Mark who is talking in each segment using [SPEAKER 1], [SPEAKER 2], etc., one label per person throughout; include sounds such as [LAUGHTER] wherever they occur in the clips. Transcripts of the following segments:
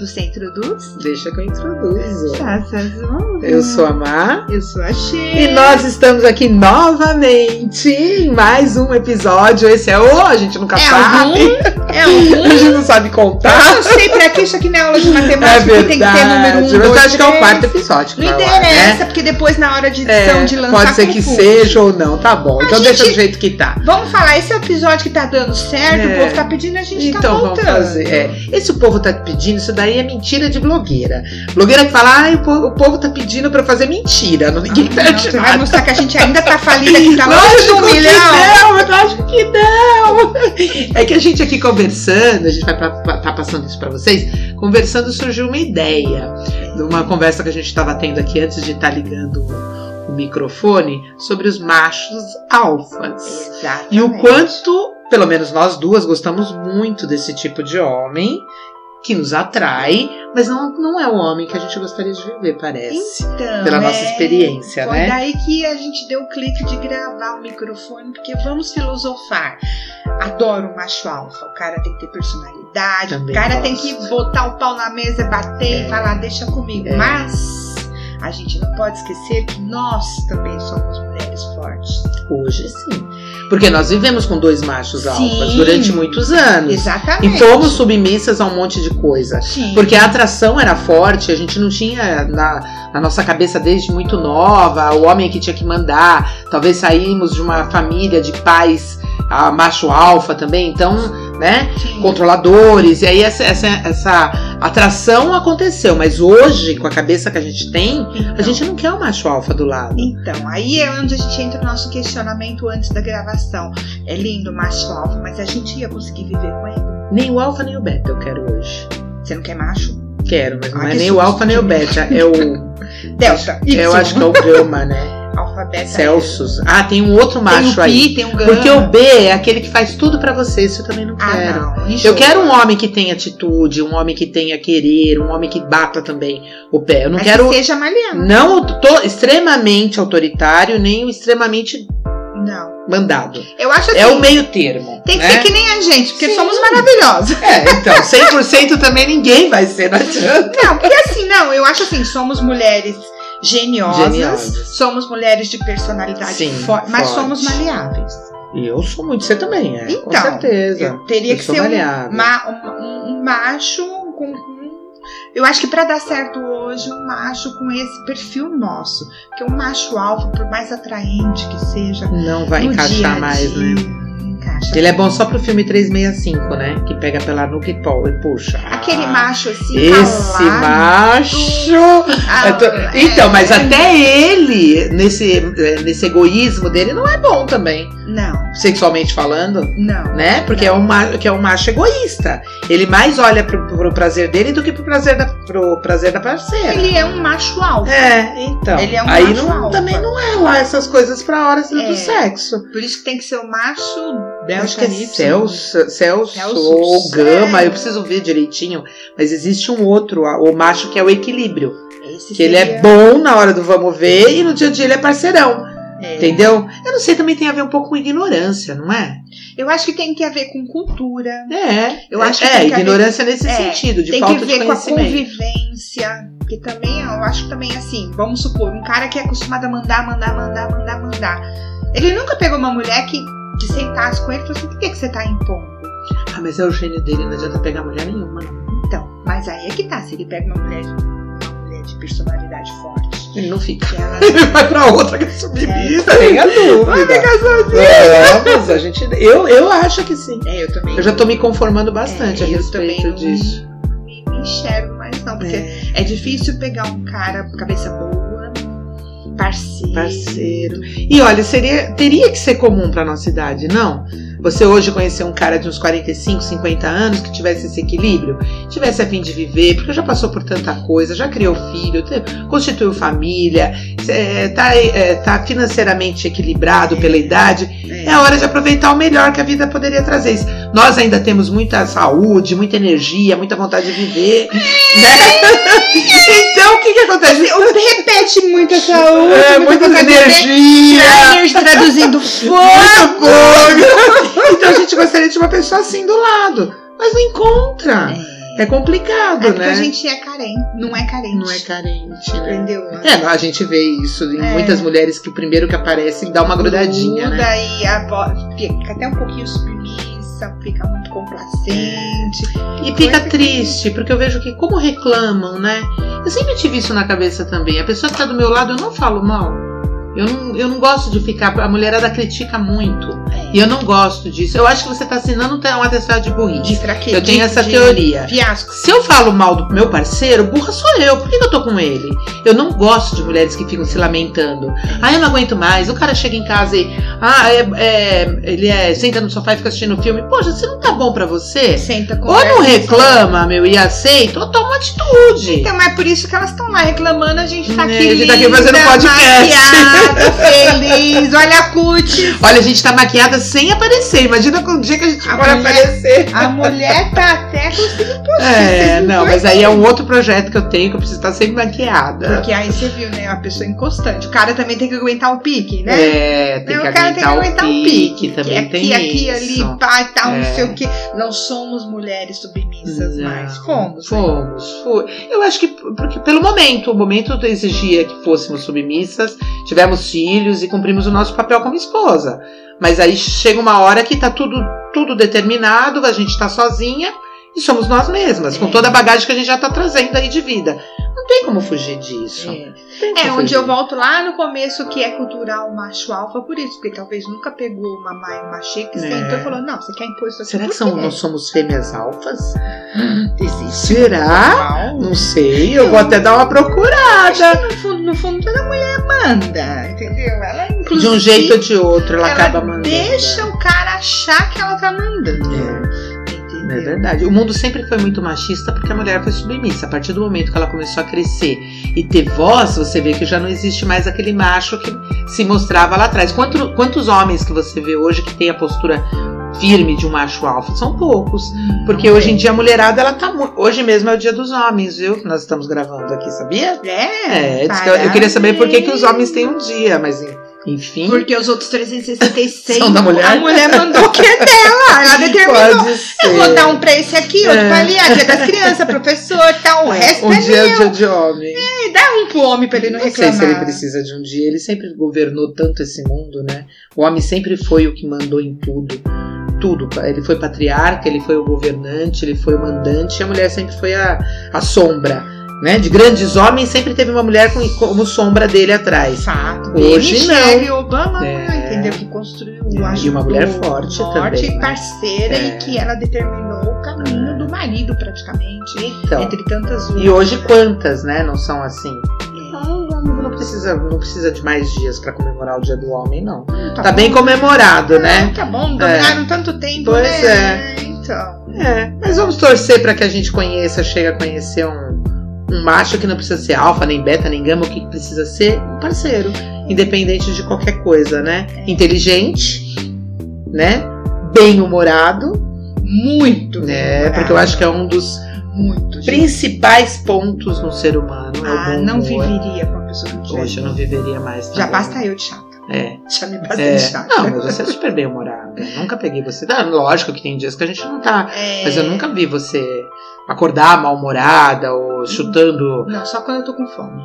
[SPEAKER 1] Você introduz?
[SPEAKER 2] Deixa que eu introduzo.
[SPEAKER 1] Faça as honras.
[SPEAKER 2] Eu sou a Mar.
[SPEAKER 1] Eu sou a Xê.
[SPEAKER 2] E nós estamos aqui novamente em mais um episódio. Esse é o A gente nunca
[SPEAKER 1] É
[SPEAKER 2] sabe.
[SPEAKER 1] É um
[SPEAKER 2] [LAUGHS] A gente não sabe
[SPEAKER 1] Eu
[SPEAKER 2] contar.
[SPEAKER 1] não sei pra que isso aqui não é aula de
[SPEAKER 2] É
[SPEAKER 1] matemática, que
[SPEAKER 2] verdade.
[SPEAKER 1] tem que ter número um,
[SPEAKER 2] Mas
[SPEAKER 1] dois,
[SPEAKER 2] acho que é o
[SPEAKER 1] três.
[SPEAKER 2] quarto episódio. que
[SPEAKER 1] Não
[SPEAKER 2] vai ao ar, né?
[SPEAKER 1] interessa, porque depois na hora de edição,
[SPEAKER 2] É,
[SPEAKER 1] de lançar...
[SPEAKER 2] pode ser que
[SPEAKER 1] confunde.
[SPEAKER 2] seja ou não, tá bom.
[SPEAKER 1] A
[SPEAKER 2] Então deixa do
[SPEAKER 1] gente-
[SPEAKER 2] jeito que tá.
[SPEAKER 1] Vamos falar, esse é o episódio que tá dando certo,
[SPEAKER 2] É.
[SPEAKER 1] o povo tá pedindo, a gente tá
[SPEAKER 2] Então
[SPEAKER 1] voltando.
[SPEAKER 2] vamos fazer. é. Esse povo tá pedindo, isso daí é mentira de blogueira. Blogueira que fala, ah, o po- o povo tá pedindo pra eu fazer mentira. Não, ninguém
[SPEAKER 1] Ah, não,
[SPEAKER 2] pede
[SPEAKER 1] você vai
[SPEAKER 2] nada.
[SPEAKER 1] mostrar que a gente ainda tá falida, que tá longe de
[SPEAKER 2] Lógico
[SPEAKER 1] um
[SPEAKER 2] que
[SPEAKER 1] milhão.
[SPEAKER 2] não, eu acho que não. É que a gente aqui conversando, a gente vai pra- pra- tá passando isso pra vocês. Conversando surgiu uma ideia. Numa conversa que a gente estava tendo aqui antes de estar ligando o- o microfone sobre os machos alfas.
[SPEAKER 1] Exatamente.
[SPEAKER 2] E o quanto, pelo menos nós duas, gostamos muito desse tipo de homem que nos atrai, mas não, não é o homem que a gente gostaria de viver, parece.
[SPEAKER 1] Então,
[SPEAKER 2] Pela nossa
[SPEAKER 1] é,
[SPEAKER 2] experiência,
[SPEAKER 1] Foi
[SPEAKER 2] né?
[SPEAKER 1] daí que a gente deu o clique de gravar o microfone, porque vamos filosofar. Adoro o macho alfa. O cara tem que ter personalidade,
[SPEAKER 2] Também
[SPEAKER 1] o cara
[SPEAKER 2] gosto.
[SPEAKER 1] tem que botar o pau na mesa, bater
[SPEAKER 2] É.
[SPEAKER 1] e falar, deixa comigo.
[SPEAKER 2] É.
[SPEAKER 1] Mas a gente não pode esquecer que nós também somos mulheres fortes.
[SPEAKER 2] Hoje sim. Porque nós vivemos com dois machos
[SPEAKER 1] Sim.
[SPEAKER 2] alfas durante muitos anos.
[SPEAKER 1] Exatamente.
[SPEAKER 2] E fomos submissas a um monte de coisa.
[SPEAKER 1] Sim.
[SPEAKER 2] Porque a atração era forte, a gente não tinha na, na nossa cabeça desde muito nova o homem é que tinha que mandar. Talvez saímos de uma família de pais ah, macho alfa também, então, né?
[SPEAKER 1] Sim.
[SPEAKER 2] controladores, e aí essa, essa, essa atração aconteceu, mas hoje, com a cabeça que a gente tem,
[SPEAKER 1] Então.
[SPEAKER 2] a gente não quer o macho alfa do lado.
[SPEAKER 1] Então, aí é onde a gente entra no nosso questionamento antes da gravação. É lindo o macho alfa, mas a gente ia conseguir viver com ele?
[SPEAKER 2] Nem o alfa nem o beta eu quero hoje.
[SPEAKER 1] Você não quer macho?
[SPEAKER 2] Quero, mas não
[SPEAKER 1] Ah,
[SPEAKER 2] é
[SPEAKER 1] que
[SPEAKER 2] nem o
[SPEAKER 1] susto.
[SPEAKER 2] alfa nem o beta,
[SPEAKER 1] [LAUGHS]
[SPEAKER 2] é o.
[SPEAKER 1] Delta. Y.
[SPEAKER 2] Eu acho que é o Gama,
[SPEAKER 1] [LAUGHS]
[SPEAKER 2] né?
[SPEAKER 1] Alfabeto.
[SPEAKER 2] Celso. Ah, tem um outro
[SPEAKER 1] É, Tem
[SPEAKER 2] macho
[SPEAKER 1] um
[SPEAKER 2] aí.
[SPEAKER 1] pi, tem um gama.
[SPEAKER 2] Porque o B é aquele que faz tudo pra você, isso eu também não
[SPEAKER 1] Ah,
[SPEAKER 2] quero.
[SPEAKER 1] não.
[SPEAKER 2] Eu
[SPEAKER 1] enjoa.
[SPEAKER 2] quero um homem que tenha atitude, um homem que tenha querer, um homem que bata também o pé. Eu não
[SPEAKER 1] Mas um
[SPEAKER 2] quero
[SPEAKER 1] é que seja malhando.
[SPEAKER 2] não o to- extremamente autoritário, nem o extremamente
[SPEAKER 1] Não.
[SPEAKER 2] mandado.
[SPEAKER 1] Eu acho assim.
[SPEAKER 2] É o meio termo.
[SPEAKER 1] [LAUGHS] Tem que
[SPEAKER 2] né?
[SPEAKER 1] ser que nem a gente, porque
[SPEAKER 2] Sim.
[SPEAKER 1] somos maravilhosos.
[SPEAKER 2] É, então, [LAUGHS] 100% também ninguém vai ser, não adianta.
[SPEAKER 1] Não, porque assim, não, eu acho assim, somos mulheres geniosas,
[SPEAKER 2] Geniosas.
[SPEAKER 1] somos mulheres de personalidade
[SPEAKER 2] Sim,
[SPEAKER 1] forte, mas
[SPEAKER 2] forte.
[SPEAKER 1] somos maleáveis.
[SPEAKER 2] E eu sou muito, você também é. com
[SPEAKER 1] Então,
[SPEAKER 2] certeza.
[SPEAKER 1] Eu teria
[SPEAKER 2] Eu
[SPEAKER 1] que
[SPEAKER 2] sou
[SPEAKER 1] ser um,
[SPEAKER 2] maleável.
[SPEAKER 1] ma- um- um macho com. com- Eu acho que pra dar certo hoje, um macho com esse perfil nosso. Porque um macho alfa, por mais atraente que seja,
[SPEAKER 2] Não vai
[SPEAKER 1] no dia a
[SPEAKER 2] encaixar
[SPEAKER 1] dia,
[SPEAKER 2] mais, né?
[SPEAKER 1] não Encaixa.
[SPEAKER 2] Ele é bom só pro filme 365, né? Que pega pela nuca e pô, e puxa.
[SPEAKER 1] Aquele
[SPEAKER 2] Ah,
[SPEAKER 1] macho assim,
[SPEAKER 2] Esse
[SPEAKER 1] calado,
[SPEAKER 2] macho.
[SPEAKER 1] ah,
[SPEAKER 2] Eu tô-
[SPEAKER 1] é,
[SPEAKER 2] Então, mas
[SPEAKER 1] é,
[SPEAKER 2] até ele, nesse, eh, nesse egoísmo dele, não é bom também.
[SPEAKER 1] Não,
[SPEAKER 2] Sexualmente falando.
[SPEAKER 1] não.
[SPEAKER 2] né? Porque é um, macho, que é um macho egoísta. Ele mais olha pro, pro prazer dele do que pro prazer da, pro prazer da parceira.
[SPEAKER 1] Ele é um macho alfa.
[SPEAKER 2] É, então.
[SPEAKER 1] Ele é um
[SPEAKER 2] aí
[SPEAKER 1] macho
[SPEAKER 2] não,
[SPEAKER 1] alfa.
[SPEAKER 2] também não é lá essas coisas pra hora assim,
[SPEAKER 1] É.
[SPEAKER 2] do sexo.
[SPEAKER 1] Por isso que tem que ser o macho
[SPEAKER 2] Acho que é
[SPEAKER 1] Y.
[SPEAKER 2] Celso, Celso
[SPEAKER 1] né? Celso, é.
[SPEAKER 2] ou Gama,
[SPEAKER 1] Celso.
[SPEAKER 2] eu preciso ver direitinho. Mas existe um outro, a- o macho que é o equilíbrio.
[SPEAKER 1] Esse
[SPEAKER 2] Que ele é
[SPEAKER 1] seria-
[SPEAKER 2] bom na hora do vamos ver e no dia a dia ele é parceirão.
[SPEAKER 1] é.
[SPEAKER 2] Entendeu? Eu não sei, também tem a ver um pouco com ignorância, não é?
[SPEAKER 1] Eu acho que tem que haver com cultura.
[SPEAKER 2] É,
[SPEAKER 1] Eu acho que
[SPEAKER 2] é,
[SPEAKER 1] tem que haver-
[SPEAKER 2] ignorância nesse
[SPEAKER 1] é,
[SPEAKER 2] sentido, de
[SPEAKER 1] tem
[SPEAKER 2] falta
[SPEAKER 1] que ver
[SPEAKER 2] de
[SPEAKER 1] com a
[SPEAKER 2] conhecimento.
[SPEAKER 1] convivência. Porque também, é, eu acho que também assim, vamos supor, um cara que é acostumado a mandar, mandar, mandar, mandar, mandar. Ele nunca pegou uma mulher que, que sentasse com ele e falou assim, por que, que você tá impondo?
[SPEAKER 2] Ah, mas é o gênio dele, não adianta pegar mulher nenhuma. não.
[SPEAKER 1] Então, mas aí é que tá, se ele pega uma mulher, uma mulher de personalidade forte,
[SPEAKER 2] Ele não fica.
[SPEAKER 1] que ela
[SPEAKER 2] [LAUGHS] Ele vai pra outra que é submissa, tenha
[SPEAKER 1] [LAUGHS] Vai
[SPEAKER 2] dúvida.
[SPEAKER 1] pegar
[SPEAKER 2] É, mas a gente. Eu, eu acho que sim.
[SPEAKER 1] É, eu também.
[SPEAKER 2] Eu já tô me conformando bastante
[SPEAKER 1] É,
[SPEAKER 2] a
[SPEAKER 1] eu
[SPEAKER 2] respeito
[SPEAKER 1] também não-
[SPEAKER 2] disso.
[SPEAKER 1] me, me enxergo mais não, porque é. difícil pegar um cara com cabeça boa, parceiro.
[SPEAKER 2] Parceiro. E olha, seria, teria que ser comum pra nossa idade, não? Você hoje conhecer um cara de uns 45, 50 anos que tivesse esse equilíbrio, tivesse a fim de viver, porque já passou por tanta coisa, já criou filho, te- constituiu família, é, tá, é, tá financeiramente equilibrado pela idade.
[SPEAKER 1] É.
[SPEAKER 2] É hora de aproveitar o melhor que a vida poderia trazer. Isso- Nós ainda temos muita saúde, muita energia, muita vontade de viver.
[SPEAKER 1] É,
[SPEAKER 2] Né? Então, o que, que acontece?
[SPEAKER 1] Repete é. muita saúde.
[SPEAKER 2] É, muita [LAUGHS] energia.
[SPEAKER 1] energia. É,
[SPEAKER 2] [LAUGHS]
[SPEAKER 1] Traduzindo fogo.
[SPEAKER 2] Muito bom! Então a gente gostaria de uma pessoa assim do lado, mas não encontra. É complicado,
[SPEAKER 1] É porque
[SPEAKER 2] né?
[SPEAKER 1] a gente é carente, não é carente.
[SPEAKER 2] Não é carente, né?
[SPEAKER 1] Entendeu?
[SPEAKER 2] É, não, a gente vê isso em
[SPEAKER 1] É.
[SPEAKER 2] muitas mulheres que o primeiro que aparece dá uma grudadinha,
[SPEAKER 1] Muda
[SPEAKER 2] né?
[SPEAKER 1] e a voz fica até um pouquinho submissa, fica muito
[SPEAKER 2] É.
[SPEAKER 1] complacente.
[SPEAKER 2] E fica
[SPEAKER 1] Coisa que-
[SPEAKER 2] triste, porque eu vejo que como reclamam, né? Eu sempre tive isso na cabeça também. A pessoa que tá do meu lado, eu não falo mal. Eu não, eu não gosto de ficar. A mulherada critica muito.
[SPEAKER 1] é.
[SPEAKER 2] E eu não gosto disso. Eu acho que você tá assinando um atestado de burrice.
[SPEAKER 1] De fraqueza.
[SPEAKER 2] Eu tenho essa
[SPEAKER 1] de
[SPEAKER 2] teoria.
[SPEAKER 1] Fiasco.
[SPEAKER 2] Se eu falo mal do meu parceiro, burra sou eu. Por que que eu tô com ele? Eu não gosto de mulheres que ficam se lamentando. Ah, eu não aguento mais. O cara chega em casa e. Ah, é, é, ele é, senta no sofá e fica assistindo filme. Poxa, se não tá bom pra você,
[SPEAKER 1] Senta com
[SPEAKER 2] ou não reclama, meu, e aceita, ou toma uma atitude.
[SPEAKER 1] É. Então é por isso que elas estão lá reclamando, a gente tá
[SPEAKER 2] É,
[SPEAKER 1] aqui.
[SPEAKER 2] a gente tá aqui
[SPEAKER 1] linda,
[SPEAKER 2] fazendo podcast. [LAUGHS]
[SPEAKER 1] maquiada, feliz. Olha a cutis.
[SPEAKER 2] Olha, a gente tá maquiada sem aparecer. Imagina com o dia que a gente
[SPEAKER 1] A
[SPEAKER 2] for
[SPEAKER 1] mulher-
[SPEAKER 2] aparecer.
[SPEAKER 1] A mulher tá até com signo positivo.
[SPEAKER 2] É,
[SPEAKER 1] vocês
[SPEAKER 2] não, mas
[SPEAKER 1] dois.
[SPEAKER 2] aí é um outro projeto que eu tenho que eu preciso estar sempre maquiada.
[SPEAKER 1] Porque aí você viu, né? A pessoa inconstante. O cara também tem que aguentar o pique, né?
[SPEAKER 2] É, tem
[SPEAKER 1] Não,
[SPEAKER 2] que
[SPEAKER 1] o cara tem que
[SPEAKER 2] aguentar o
[SPEAKER 1] aguentar um
[SPEAKER 2] pique, também
[SPEAKER 1] aqui,
[SPEAKER 2] tem
[SPEAKER 1] aqui,
[SPEAKER 2] isso.
[SPEAKER 1] ali, pá, e tal,
[SPEAKER 2] É.
[SPEAKER 1] não sei o quê. Não somos mulheres submissas
[SPEAKER 2] Não,
[SPEAKER 1] mais. É. Fomos. né?
[SPEAKER 2] Fomos. fu- Eu acho que p- porque pelo momento, o momento exigia que fôssemos submissas, tivemos filhos e cumprimos o nosso papel como esposa. Mas aí chega uma hora que tá tudo, tudo determinado, a gente tá sozinha e somos nós mesmas, com
[SPEAKER 1] É.
[SPEAKER 2] toda a bagagem que a gente já tá trazendo aí de vida. Não tem como fugir disso. Não tem como
[SPEAKER 1] É, onde
[SPEAKER 2] fugir.
[SPEAKER 1] eu volto lá no começo que é cultural macho alfa, por isso, porque talvez nunca pegou uma mãe machica que
[SPEAKER 2] É.
[SPEAKER 1] sentou e falou: não, você quer impor isso aqui?
[SPEAKER 2] Será que
[SPEAKER 1] por
[SPEAKER 2] são,
[SPEAKER 1] quê?
[SPEAKER 2] nós somos fêmeas alfas?
[SPEAKER 1] Existe.
[SPEAKER 2] Será?
[SPEAKER 1] Não.
[SPEAKER 2] Não sei, eu vou até dar uma procurada.
[SPEAKER 1] No fundo, no fundo, toda mulher manda, entendeu? Ela, inclusive,
[SPEAKER 2] De um jeito ou de outro, ela,
[SPEAKER 1] ela
[SPEAKER 2] acaba mandando.
[SPEAKER 1] deixa o cara achar que ela tá mandando.
[SPEAKER 2] É
[SPEAKER 1] Entendeu?
[SPEAKER 2] verdade. O mundo sempre foi muito machista porque a mulher foi submissa. A partir do momento que ela começou a crescer e ter voz, você vê que já não existe mais aquele macho que se mostrava lá atrás. Quanto- quantos homens que você vê hoje que tem a postura firme de um macho alfa? São poucos. Porque hoje em dia a mulherada, ela tá. mu- Hoje mesmo é o dia dos homens, viu? Que nós estamos gravando aqui, sabia?
[SPEAKER 1] É,
[SPEAKER 2] É, diz que eu, eu queria saber por que, que os homens têm um dia, mas en- enfim.
[SPEAKER 1] Porque os outros 366
[SPEAKER 2] São da mulher?
[SPEAKER 1] a mulher mandou o que é dela. Ela determinou.
[SPEAKER 2] [LAUGHS] Pode
[SPEAKER 1] Eu vou
[SPEAKER 2] ser.
[SPEAKER 1] dar um pra esse aqui, outro
[SPEAKER 2] É.
[SPEAKER 1] pra ali, a dia das
[SPEAKER 2] [LAUGHS]
[SPEAKER 1] crianças, professor, tal. O resto
[SPEAKER 2] Um
[SPEAKER 1] é
[SPEAKER 2] dia é
[SPEAKER 1] meu.
[SPEAKER 2] o dia de homem.
[SPEAKER 1] Dá um pro homem pra ele não,
[SPEAKER 2] não sei
[SPEAKER 1] reclamar.
[SPEAKER 2] se ele precisa de um dia. Ele sempre governou tanto esse mundo, né? O homem sempre foi o que mandou em tudo. Tudo. Ele foi patriarca, ele foi o governante, ele foi o mandante. E a mulher sempre foi a, a sombra, né? De grandes homens, sempre teve uma mulher com- como sombra dele atrás.
[SPEAKER 1] Fato.
[SPEAKER 2] Hoje
[SPEAKER 1] Michelle Obama,
[SPEAKER 2] É.
[SPEAKER 1] entendeu? Que construiu,
[SPEAKER 2] E uma
[SPEAKER 1] ajudou,
[SPEAKER 2] mulher forte também,
[SPEAKER 1] e
[SPEAKER 2] né?
[SPEAKER 1] parceira,
[SPEAKER 2] É.
[SPEAKER 1] e que ela determinou o caminho do marido, praticamente.
[SPEAKER 2] Então.
[SPEAKER 1] entre tantas
[SPEAKER 2] E hoje quantas, né? Não são assim. Não,
[SPEAKER 1] É.
[SPEAKER 2] não precisa, não precisa de mais dias pra comemorar o Dia do Homem, não. Tá bem comemorado, né?
[SPEAKER 1] Tá bom, dominaram tanto tempo,
[SPEAKER 2] Pois
[SPEAKER 1] né?
[SPEAKER 2] é.
[SPEAKER 1] Então,
[SPEAKER 2] É, mas vamos torcer pra que a gente conheça, chegue a conhecer um, um macho que não precisa ser alfa, nem beta, nem gama, o que precisa ser um parceiro, independente de qualquer coisa, né? Inteligente, né? Bem humorado,
[SPEAKER 1] muito.
[SPEAKER 2] né? Porque eu
[SPEAKER 1] Ah.
[SPEAKER 2] acho que é um dos
[SPEAKER 1] Muito. gente.
[SPEAKER 2] principais pontos no ser humano. É o
[SPEAKER 1] Ah,
[SPEAKER 2] bom
[SPEAKER 1] não
[SPEAKER 2] humor.
[SPEAKER 1] viveria com uma pessoa que não tivesse.
[SPEAKER 2] Hoje eu não viveria mais.
[SPEAKER 1] Já
[SPEAKER 2] também.
[SPEAKER 1] basta eu de chata.
[SPEAKER 2] É.
[SPEAKER 1] Já me
[SPEAKER 2] é.
[SPEAKER 1] bastante chata.
[SPEAKER 2] Não, mas você é super bem humorada. Nunca peguei você. Tá, lógico que tem dias que a gente não tá
[SPEAKER 1] [LAUGHS] É.
[SPEAKER 2] Mas eu nunca vi você acordar mal-humorada
[SPEAKER 1] Uhum.
[SPEAKER 2] ou chutando.
[SPEAKER 1] Não, só quando eu tô com fome.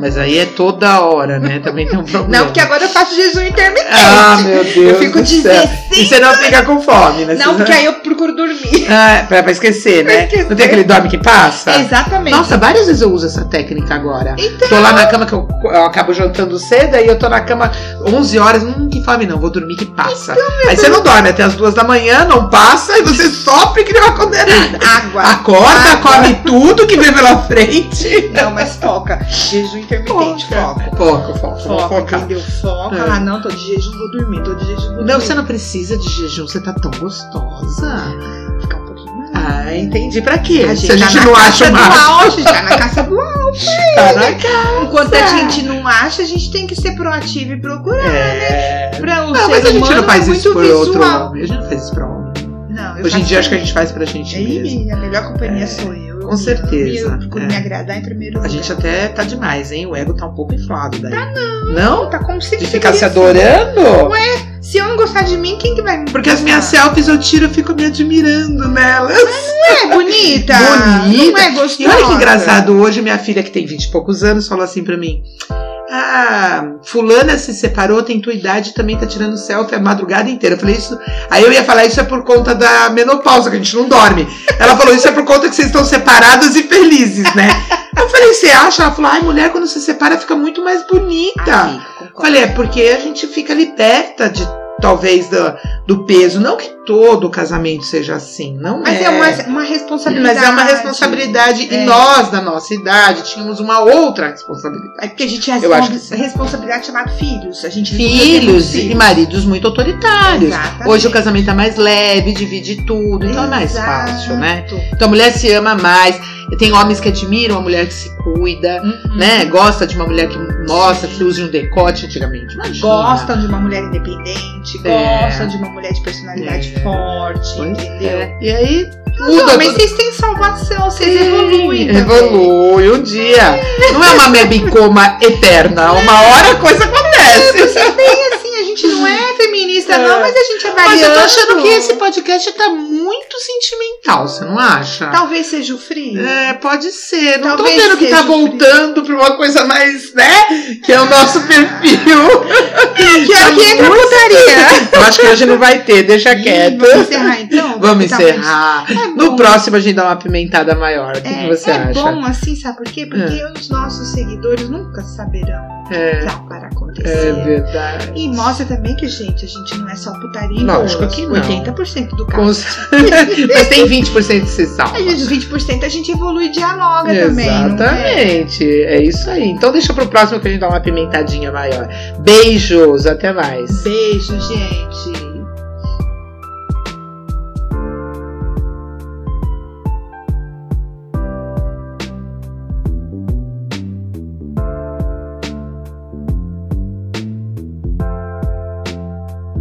[SPEAKER 2] Mas aí é toda hora, né? Também tem um problema.
[SPEAKER 1] [LAUGHS] Não, porque agora eu faço jejum intermitente.
[SPEAKER 2] Ah, meu Deus.
[SPEAKER 1] eu fico
[SPEAKER 2] do céu.
[SPEAKER 1] 16.
[SPEAKER 2] E você não fica com fome, né?
[SPEAKER 1] Não, é-
[SPEAKER 2] Você
[SPEAKER 1] porque aí eu procuro dormir.
[SPEAKER 2] Ah, pra, pra esquecer,
[SPEAKER 1] Pra
[SPEAKER 2] né?
[SPEAKER 1] [LAUGHS] esquecer.
[SPEAKER 2] Não tem aquele dorme que passa?
[SPEAKER 1] Exatamente.
[SPEAKER 2] Nossa, várias vezes eu uso essa técnica agora.
[SPEAKER 1] Então.
[SPEAKER 2] Tô lá na cama que eu, eu acabo jantando cedo, aí eu tô na cama 11 horas, hum, que fome não, vou dormir que passa.
[SPEAKER 1] Então,
[SPEAKER 2] aí você não dorme até as duas da manhã, não passa, e você sofre que nem uma condenada.
[SPEAKER 1] Água.
[SPEAKER 2] Acorda,
[SPEAKER 1] Água.
[SPEAKER 2] come tudo que vem pela frente.
[SPEAKER 1] Não, mas foca. Jejum intermitente, foca.
[SPEAKER 2] Foco, foco,
[SPEAKER 1] Foca,
[SPEAKER 2] foco. foca.
[SPEAKER 1] entendeu? Foca.
[SPEAKER 2] É.
[SPEAKER 1] Ah, não, tô de jejum, vou dormir. Tô de jejum, vou
[SPEAKER 2] Não,
[SPEAKER 1] dormir.
[SPEAKER 2] você não precisa de jejum, você tá tão gostosa.
[SPEAKER 1] não ficar um pouquinho mais.
[SPEAKER 2] Ah, entendi. Pra quê? Se
[SPEAKER 1] tá
[SPEAKER 2] a gente
[SPEAKER 1] na
[SPEAKER 2] não acha
[SPEAKER 1] caça do
[SPEAKER 2] uma.
[SPEAKER 1] auge, já na caça do auge. É.
[SPEAKER 2] Tá na cara.
[SPEAKER 1] Enquanto a gente não acha, a gente tem que ser proativo e procurar.
[SPEAKER 2] É.
[SPEAKER 1] Pra o
[SPEAKER 2] Não,
[SPEAKER 1] ser
[SPEAKER 2] mas a gente
[SPEAKER 1] humano
[SPEAKER 2] não faz
[SPEAKER 1] é
[SPEAKER 2] isso
[SPEAKER 1] muito
[SPEAKER 2] por outro
[SPEAKER 1] visual.
[SPEAKER 2] homem. A gente não faz isso pra homem.
[SPEAKER 1] Não, eu
[SPEAKER 2] Hoje em
[SPEAKER 1] faço
[SPEAKER 2] dia acho que a
[SPEAKER 1] pra
[SPEAKER 2] gente faz pra gente
[SPEAKER 1] mim.
[SPEAKER 2] mesmo.
[SPEAKER 1] Ih, a melhor companhia
[SPEAKER 2] É,
[SPEAKER 1] sou eu.
[SPEAKER 2] com
[SPEAKER 1] eu me
[SPEAKER 2] certeza,
[SPEAKER 1] amo e Eu procuro
[SPEAKER 2] é.
[SPEAKER 1] me agradar em primeiro
[SPEAKER 2] A
[SPEAKER 1] lugar.
[SPEAKER 2] gente até tá demais, hein? O ego tá um pouco inflado daí. Tá não. Não?
[SPEAKER 1] tá como se
[SPEAKER 2] De ficar se adorando?
[SPEAKER 1] Ué, Se Se eu não gostar de mim, quem que vai me
[SPEAKER 2] Porque as minhas
[SPEAKER 1] gostar?
[SPEAKER 2] selfies eu tiro, eu fico me admirando nelas.
[SPEAKER 1] Não é bonita?
[SPEAKER 2] Bonita.
[SPEAKER 1] Não é gostosa?
[SPEAKER 2] E olha que engraçado, hoje minha filha, que tem 20 e poucos anos, falou assim pra mim: Ah, fulana se separou, tem tua idade, também tá tirando selfie a madrugada inteira. Eu falei, isso. Aí eu ia falar, isso é por conta da menopausa, que a gente não dorme. Ela falou, isso é por conta que vocês estão separadas e felizes, né? Eu falei, você acha? Ela falou, ai, mulher, quando se separa, fica muito mais bonita.
[SPEAKER 1] Ai, concordo.
[SPEAKER 2] Eu Falei, é porque a gente fica liberta de talvez do, do peso. Não que todo casamento seja assim, não
[SPEAKER 1] Mas é, uma, uma responsabilidade.
[SPEAKER 2] mas é uma responsabilidade.
[SPEAKER 1] É.
[SPEAKER 2] E nós, da nossa idade, tínhamos uma outra responsabilidade.
[SPEAKER 1] É porque a gente tinha
[SPEAKER 2] Eu acho que
[SPEAKER 1] respons- responsabilidade chamada filhos. A gente vivia dentro dos
[SPEAKER 2] Filhos e maridos muito autoritários.
[SPEAKER 1] Exatamente.
[SPEAKER 2] Hoje o casamento é mais leve, divide tudo, então é mais
[SPEAKER 1] Exato.
[SPEAKER 2] fácil, né? Então a mulher se ama mais. Tem homens que admiram a mulher que se cuida,
[SPEAKER 1] Uhum.
[SPEAKER 2] né? Gosta de uma mulher que mostra, que usa um decote antigamente. Imagina.
[SPEAKER 1] Gostam de uma mulher independente,
[SPEAKER 2] É.
[SPEAKER 1] gostam de uma mulher de personalidade
[SPEAKER 2] É.
[SPEAKER 1] forte,
[SPEAKER 2] Pois
[SPEAKER 1] entendeu?
[SPEAKER 2] é. E aí
[SPEAKER 1] Não,
[SPEAKER 2] muda
[SPEAKER 1] mas
[SPEAKER 2] tudo.
[SPEAKER 1] vocês têm salvação, vocês
[SPEAKER 2] Sim,
[SPEAKER 1] evoluem. também.
[SPEAKER 2] Evolui um dia. Não é uma bebicoma eterna. Uma hora a coisa
[SPEAKER 1] É,
[SPEAKER 2] acontece.
[SPEAKER 1] Bem assim, a gente não é feminista,
[SPEAKER 2] É.
[SPEAKER 1] não, mas a gente é
[SPEAKER 2] Mas
[SPEAKER 1] variando.
[SPEAKER 2] eu tô achando que esse podcast tá muito sentimental, você não acha?
[SPEAKER 1] Ah. Talvez seja o frio.
[SPEAKER 2] É, pode ser. Não
[SPEAKER 1] Talvez
[SPEAKER 2] tô vendo que
[SPEAKER 1] seja
[SPEAKER 2] tá
[SPEAKER 1] frio.
[SPEAKER 2] voltando pra uma coisa mais, né? Que é o nosso perfil.
[SPEAKER 1] [LAUGHS] Que hora que entra a putaria?
[SPEAKER 2] Eu acho que hoje não vai ter, deixa
[SPEAKER 1] Ih,
[SPEAKER 2] quieto.
[SPEAKER 1] Vamos encerrar então?
[SPEAKER 2] [LAUGHS] Vamos
[SPEAKER 1] Tá
[SPEAKER 2] encerrar.
[SPEAKER 1] bom. É
[SPEAKER 2] No
[SPEAKER 1] bom.
[SPEAKER 2] próximo a gente dá uma pimentada maior. O que,
[SPEAKER 1] É,
[SPEAKER 2] que você
[SPEAKER 1] é
[SPEAKER 2] acha?
[SPEAKER 1] bom assim, sabe por quê? Porque os nossos seguidores nunca saberão o
[SPEAKER 2] É,
[SPEAKER 1] que tá para
[SPEAKER 2] é
[SPEAKER 1] acontecer.
[SPEAKER 2] verdade.
[SPEAKER 1] e mostra também que, gente, a gente não é só putaria. e
[SPEAKER 2] Lógico
[SPEAKER 1] boas.
[SPEAKER 2] que não.
[SPEAKER 1] 80% do
[SPEAKER 2] Com
[SPEAKER 1] caso.
[SPEAKER 2] os- [LAUGHS] Mas tem 20% de sessão.
[SPEAKER 1] A gente, os 20% a gente evolui e dialoga também. não é?
[SPEAKER 2] Exatamente, é isso aí. Então deixa pro próximo que a gente dá uma pimentadinha maior. Beijos, até mais.
[SPEAKER 1] Beijo, gente.